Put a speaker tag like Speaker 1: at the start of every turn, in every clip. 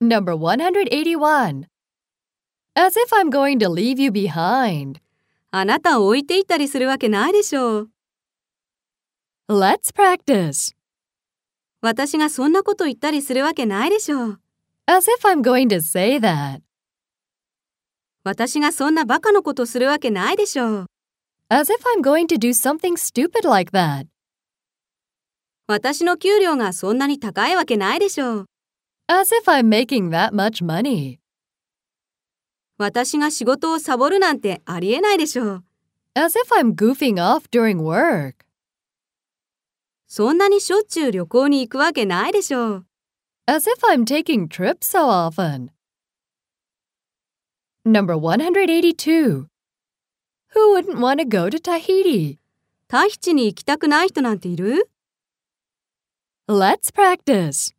Speaker 1: Number 181. As if I'm going to leave you behind.
Speaker 2: あなたを置いていったりするわけないでしょう。
Speaker 1: Let's practice.
Speaker 2: 私がそんなこと言ったりするわけないでしょう。
Speaker 1: As if I'm going to say that.
Speaker 2: 私がそんなバカなことするわけないでしょう。
Speaker 1: As if I'm going to do something stupid like that.
Speaker 2: 私の給料がそんなに高いわけないでしょう。
Speaker 1: As if I'm making that much money.
Speaker 2: 私が仕事をサボるなんてありえないでしょう。
Speaker 1: As if I'm goofing off during work.
Speaker 2: そんなにしょっちゅう旅行に行くわけないでしょう。
Speaker 1: As if I'm taking trips so often. Number 182. Who wouldn't want to go to Tahiti?
Speaker 2: タヒチに行きたくない人なんている
Speaker 1: Let's practice.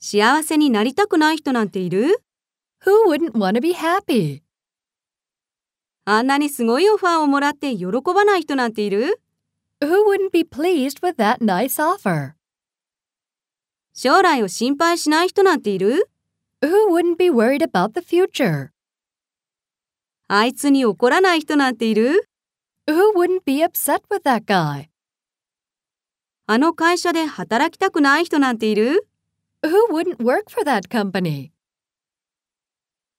Speaker 2: 幸せになりたくない人なんている
Speaker 1: Who wouldn't want to be happy?
Speaker 2: あんなにすごいオファーをもらって喜ばない人なんている
Speaker 1: Who wouldn't be pleased with that nice offer?
Speaker 2: 将来を心配しない人なんている
Speaker 1: Who wouldn't be worried about the future?
Speaker 2: あいつに怒らない人なんている
Speaker 1: Who wouldn't be upset with that guy?
Speaker 2: あの会社で働きたくない人なんている
Speaker 1: Who wouldn't work for that company?